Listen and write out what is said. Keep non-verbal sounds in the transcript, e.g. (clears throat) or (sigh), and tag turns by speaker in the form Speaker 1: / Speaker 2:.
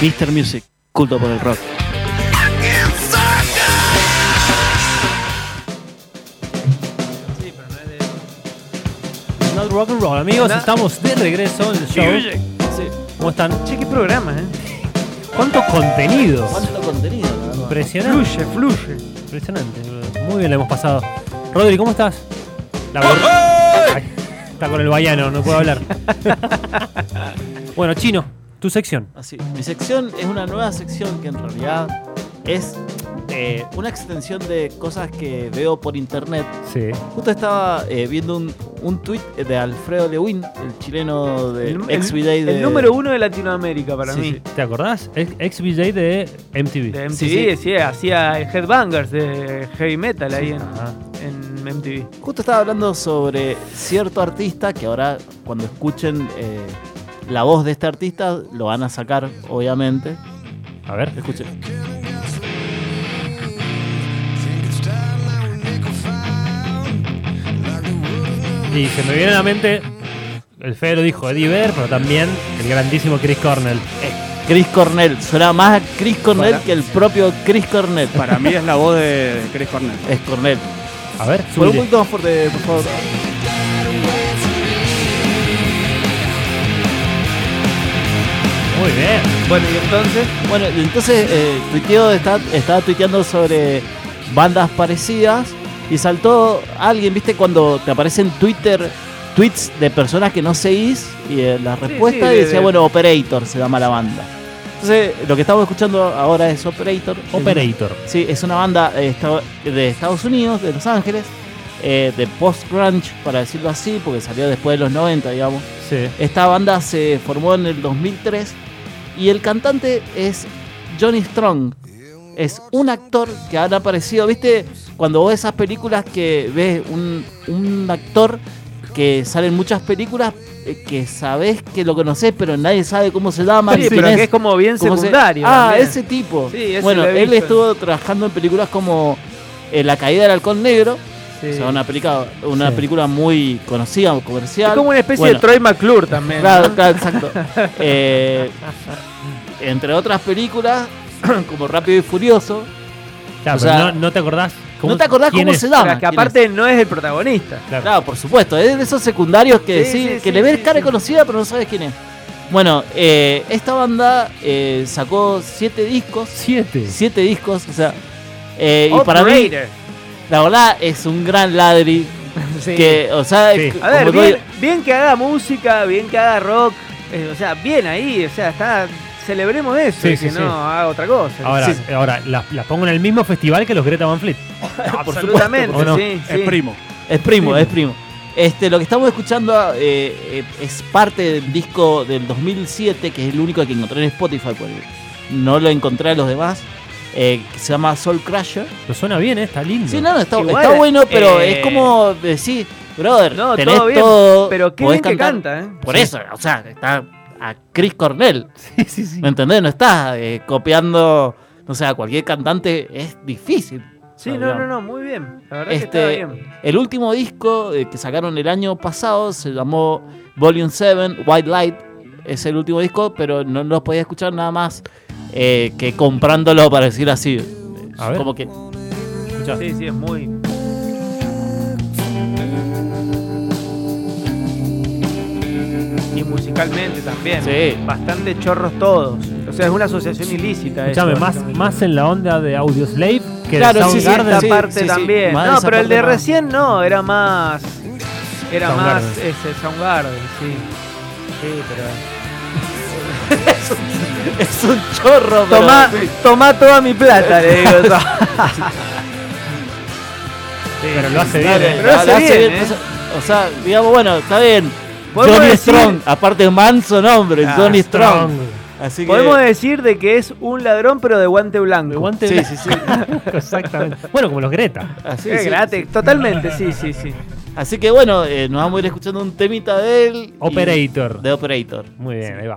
Speaker 1: Mr. Music, culto por el rock.
Speaker 2: Not rock and roll, amigos,
Speaker 3: Na-
Speaker 2: estamos de regreso en el show. ¿Cómo están?
Speaker 3: Che, qué programa, ¿eh?
Speaker 2: ¿Cuánto contenido?
Speaker 1: ¿Cuánto contenido? la verdad?
Speaker 2: Impresionante.
Speaker 3: Fluye, fluye.
Speaker 2: Impresionante, boludo. Muy bien la hemos pasado. Rodri, ¿cómo estás? La gor- Ay, Está con el vallano, no puedo hablar. bueno, Chino, tu sección.
Speaker 1: Así. Mi sección es una nueva sección que en realidad es eh, una extensión de cosas que veo por internet.
Speaker 2: Sí.
Speaker 1: Justo estaba eh, viendo un, un tweet de Alfredo Lewin, el chileno de
Speaker 3: El-
Speaker 1: ex de.
Speaker 3: El número uno de Latinoamérica para
Speaker 1: Sí,
Speaker 3: mí.
Speaker 1: sí.
Speaker 2: ¿Te acordás? Ex- Ex VJ de MTV.
Speaker 3: De MTV,
Speaker 1: Sí,
Speaker 3: sí,
Speaker 1: sí.
Speaker 3: hacía Headbangers de heavy metal ahí en,
Speaker 2: Ajá.
Speaker 3: en MTV.
Speaker 1: Justo estaba hablando sobre cierto artista que ahora cuando escuchen eh, la voz de este artista lo van a sacar, obviamente.
Speaker 2: A ver.
Speaker 1: Escuchen.
Speaker 2: Y se me viene a la mente, el Fede lo dijo, Eddie Vedder, pero también el grandísimo Chris Cornell.
Speaker 1: Chris Cornell. Suena más a Chris Cornell
Speaker 4: Para-
Speaker 1: que el propio Chris Cornell.
Speaker 4: Para mí es la voz de Chris Cornell.
Speaker 1: Es Cornell.
Speaker 2: A ver,
Speaker 1: Por un
Speaker 2: súbile.
Speaker 1: poquito más fuerte, por favor.
Speaker 2: Muy bien.
Speaker 3: Bueno, y entonces,
Speaker 1: Bueno, y entonces eh, tuiteo está- estaba tuiteando sobre bandas parecidas y saltó alguien, ¿viste? Cuando te aparecen Twitter tweets de personas que no seguís y eh, la respuesta
Speaker 3: sí,
Speaker 1: y
Speaker 3: de-
Speaker 1: decía,
Speaker 3: de-
Speaker 1: bueno, Operator se llama la banda. Entonces, lo que estamos escuchando ahora es Operator.
Speaker 2: Operator.
Speaker 1: Sí, es una banda eh, esta- de Estados Unidos, de Los Ángeles, eh, de post-grunge, para decirlo así, porque salió después de los 90, digamos.
Speaker 2: Sí.
Speaker 1: Esta banda se formó en el 2003 y el cantante es Johnny Strong. Es un actor que han aparecido, ¿viste? Cuando vos ves esas películas que ves un, un actor que sale en muchas películas eh, que sabés que lo conocés, pero nadie sabe cómo se llama.
Speaker 3: sí,
Speaker 1: ni
Speaker 3: pero
Speaker 1: quién
Speaker 3: que es como bien
Speaker 1: como se-
Speaker 3: secundario.
Speaker 1: Ah,
Speaker 3: también.
Speaker 1: ese tipo.
Speaker 3: Sí, ese
Speaker 1: bueno,
Speaker 3: lo he
Speaker 1: él
Speaker 3: visto.
Speaker 1: estuvo trabajando en películas como eh, La caída del halcón negro,
Speaker 3: Sí.
Speaker 1: o sea, una película, una
Speaker 2: Sí.
Speaker 1: película muy conocida, comercial.
Speaker 3: Es como una especie
Speaker 1: Bueno,
Speaker 3: de Troy McClure también.
Speaker 1: Claro, claro, exacto. Eh, entre otras películas, (clears throat) como Rápido y Furioso.
Speaker 2: Claro,
Speaker 1: O
Speaker 2: pero
Speaker 1: sea,
Speaker 2: no, no te acordás
Speaker 1: ¿No te acordás
Speaker 2: quién
Speaker 1: cómo
Speaker 2: es?
Speaker 1: se
Speaker 3: Pero
Speaker 1: llama?
Speaker 3: que
Speaker 1: ¿Quién
Speaker 3: aparte no es el protagonista.
Speaker 1: es? Claro, por supuesto. Es de esos secundarios que
Speaker 3: Sí,
Speaker 1: decís-
Speaker 3: sí,
Speaker 1: que
Speaker 3: sí,
Speaker 1: le ves
Speaker 3: sí,
Speaker 1: cara
Speaker 3: sí.
Speaker 1: conocida, pero no sabes quién es. Bueno, eh, esta banda eh, sacó siete discos.
Speaker 2: Siete.
Speaker 1: Siete discos, o sea. eh, y para mí, (laughs)
Speaker 3: Operator.
Speaker 1: la verdad, es un gran ladri.
Speaker 3: Sí.
Speaker 1: Que, o sea,
Speaker 2: Sí.
Speaker 1: c-
Speaker 3: A ver,
Speaker 1: como
Speaker 3: bien,
Speaker 1: que-
Speaker 3: bien que haga música, bien que haga rock, eh, o sea, bien ahí, o sea, está, celebremos eso,
Speaker 2: Sí,
Speaker 3: y
Speaker 2: sí,
Speaker 3: que
Speaker 2: sí.
Speaker 3: no haga otra cosa.
Speaker 2: Ahora,
Speaker 3: Sí,
Speaker 2: ahora las, las pongo en el mismo festival que los Greta Van Fleet.
Speaker 3: (laughs) absolutamente,
Speaker 2: ¿o no?
Speaker 3: sí,
Speaker 4: Es
Speaker 3: sí.
Speaker 4: primo.
Speaker 1: Es primo, es primo. Este, lo que estamos escuchando eh, eh, es parte del disco del 2007, que es el único que encontré en Spotify, porque no lo encontré a los demás, eh, que se llama Soul Crusher.
Speaker 2: Pero suena bien, ¿eh? está lindo.
Speaker 1: Sí, no, no, está,
Speaker 3: Igual,
Speaker 1: está bueno, pero es
Speaker 3: eh,
Speaker 1: como decir, brother,
Speaker 3: No,
Speaker 1: tenés
Speaker 3: todo
Speaker 1: todo,
Speaker 3: bien, Pero qué
Speaker 1: podés
Speaker 3: bien que
Speaker 1: cantar.
Speaker 3: canta, ¿eh?
Speaker 1: Por eso, o sea, está a Chris Cornell,
Speaker 2: Sí, sí, sí.
Speaker 1: ¿me entendés? No estás eh, copiando, no sé, a cualquier cantante, es difícil.
Speaker 3: Sí,
Speaker 1: O sea,
Speaker 3: no,
Speaker 1: digamos.
Speaker 3: no, no, muy bien. La verdad que
Speaker 1: Este,
Speaker 3: está bien.
Speaker 1: El último disco eh, que sacaron el año pasado se llamó Volume 7, White Light. Es el último disco, pero no lo podía escuchar nada más eh, que comprándolo, para decir así.
Speaker 2: A ver.
Speaker 1: Como que.
Speaker 2: Escuchá.
Speaker 3: Sí, sí, es muy. Y musicalmente también.
Speaker 1: Sí. (laughs)
Speaker 3: Bastante chorros todos. O sea, es una asociación ilícita. ¿eh? esto,
Speaker 2: Escuchame, más,
Speaker 3: básicamente.
Speaker 2: más en la onda de Audioslave que
Speaker 1: Claro,
Speaker 2: de
Speaker 1: sí, sí,
Speaker 2: Soundgarden.
Speaker 3: Esta
Speaker 1: sí,
Speaker 3: parte también.
Speaker 1: más
Speaker 3: no,
Speaker 1: esa
Speaker 3: pero el
Speaker 1: parte
Speaker 3: de
Speaker 1: más.
Speaker 3: recién no, era más. Era
Speaker 2: Soundgarden.
Speaker 3: más ese Soundgarden, sí. Sí, pero.
Speaker 1: Es un chorro, pero-
Speaker 3: Tomá, tomá toda mi plata, le digo.
Speaker 1: (laughs)
Speaker 2: pero lo hace bien.
Speaker 1: Dale,
Speaker 2: ¿eh?
Speaker 3: pero hace
Speaker 1: dale, hace
Speaker 3: bien,
Speaker 1: bien,
Speaker 3: ¿eh?
Speaker 1: entonces, O sea, digamos, bueno, está bien.
Speaker 3: Podemos
Speaker 1: Johnny
Speaker 3: decir-
Speaker 1: Strong, aparte manso nombre,
Speaker 3: Ah,
Speaker 1: Johnny Strong. Así que.
Speaker 3: Podemos decir de que es un ladrón, pero de guante blanco.
Speaker 2: De guante
Speaker 1: Sí,
Speaker 2: blanco.
Speaker 1: sí,
Speaker 3: (laughs)
Speaker 1: sí.
Speaker 2: (laughs) Exactamente. Bueno, como los Greta.
Speaker 1: así,
Speaker 3: Eh,
Speaker 1: sí.
Speaker 3: gratis, totalmente, sí,
Speaker 1: (laughs)
Speaker 3: sí, sí.
Speaker 1: Así que bueno, eh, nos vamos a ir escuchando un temita de él. y-
Speaker 2: Operator.
Speaker 1: De Operator.
Speaker 2: Muy bien, ahí va.